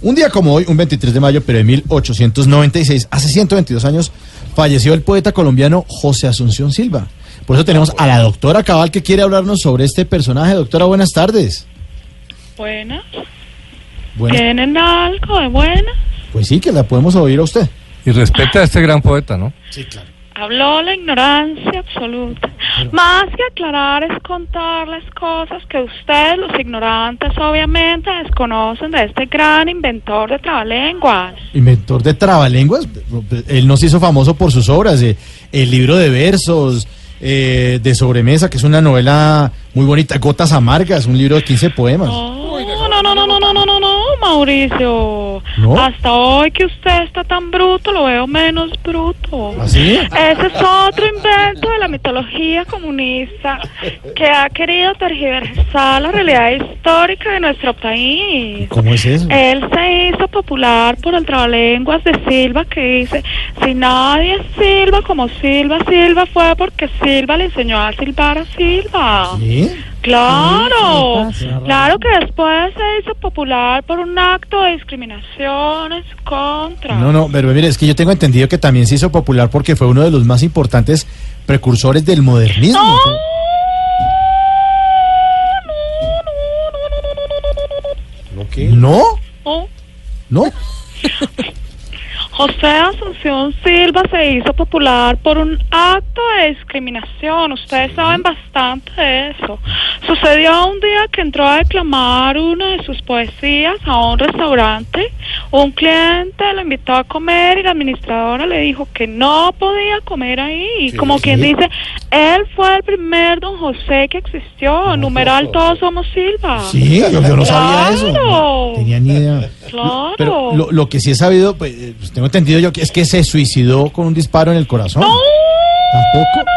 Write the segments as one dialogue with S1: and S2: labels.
S1: Un día como hoy, un 23 de mayo, pero de 1896, hace 122 años, falleció el poeta colombiano José Asunción Silva. Por eso tenemos a la doctora Cabal que quiere hablarnos sobre este personaje. Doctora, buenas tardes.
S2: Buenas.
S1: Bueno,
S2: ¿Tienen algo de buena?
S1: pues sí, que la podemos oír a usted.
S3: Y respeta a este gran poeta, ¿no?
S1: Sí, claro.
S2: Habló la ignorancia absoluta. Más que aclarar es contarles cosas que ustedes, los ignorantes, obviamente desconocen de este gran inventor de trabalenguas.
S1: Inventor de trabalenguas, él nos hizo famoso por sus obras, eh, el libro de versos, eh, de sobremesa, que es una novela muy bonita, Gotas Amargas, un libro de 15 poemas.
S2: No, no, no, no, no, no, no, no, no, Mauricio.
S1: ¿No?
S2: Hasta hoy que usted está tan bruto, lo veo menos bruto.
S1: ¿Así?
S2: Ese es otro invento de la mitología comunista que ha querido tergiversar la realidad histórica de nuestro país.
S1: ¿Cómo es eso?
S2: Él se hizo popular por el trabalenguas de Silva que dice, si nadie silba como Silva, Silva fue porque Silva le enseñó a silbar a Silva.
S1: ¿Sí?
S2: Claro, claro que después se hizo popular por un acto de discriminación en su contra.
S1: No, no, pero mire, es que yo tengo entendido que también se hizo popular porque fue uno de los más importantes precursores del modernismo.
S2: No,
S1: ¿No?
S2: no.
S1: ¿No?
S2: José Asunción Silva se hizo popular por un acto de discriminación. Ustedes saben bastante de eso. Sucedió un día que entró a declamar una de sus poesías a un restaurante. Un cliente lo invitó a comer y la administradora le dijo que no podía comer ahí. Como quien dice, él fue el primer don José que existió. Numeral, todos somos Silva.
S1: Sí, yo, yo no sabía eso.
S2: Claro.
S1: No tenía ni idea.
S2: Claro.
S1: Pero lo, lo que sí he sabido, pues, eh, pues, tengo entendido yo que es que se suicidó con un disparo en el corazón.
S2: ¡No!
S1: ¿Tampoco?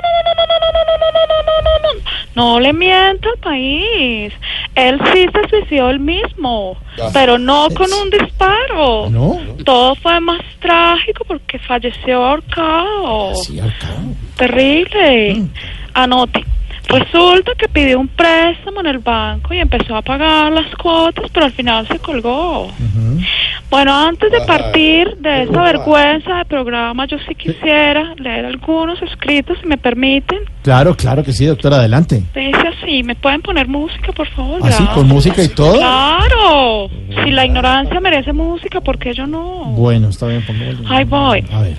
S2: No le mienta al país. Él sí se suicidó él mismo, pero no con un disparo.
S1: ¿No?
S2: Todo fue más trágico porque falleció ahorcado.
S1: Sí, arcao.
S2: Terrible.
S1: Mm.
S2: Anote. Resulta que pidió un préstamo en el banco y empezó a pagar las cuotas, pero al final se colgó. Bueno, antes
S1: Ah,
S2: de partir de esa vergüenza de programa, yo sí quisiera leer algunos escritos, si me permiten.
S1: Claro, claro que sí, doctora, adelante.
S2: Dice así, ¿me pueden poner música, por favor?
S1: Así,
S2: Gracias.
S1: ¿Ah, con música y todo.
S2: Claro, si la ignorancia merece música, ¿por qué yo no?
S1: Bueno, está bien, pongámoslo.
S2: Ahí voy.
S1: A ver,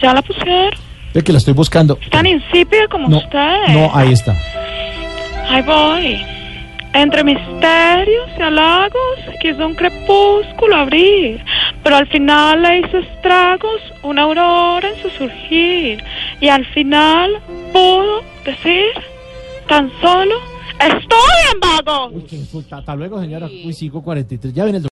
S2: Ya la pusieron,
S1: ve que la estoy buscando.
S2: tan insípida como
S1: No,
S2: ustedes.
S1: no, ahí está.
S2: Ahí voy. Entre misterios y halagos quiso un crepúsculo abrir, pero al final le hizo estragos una aurora en su surgir, y al final pudo decir tan solo, ¡Estoy en vago!
S1: Uy, qué insulta. Hasta luego, señora. Uy, 5.43. Ya viene el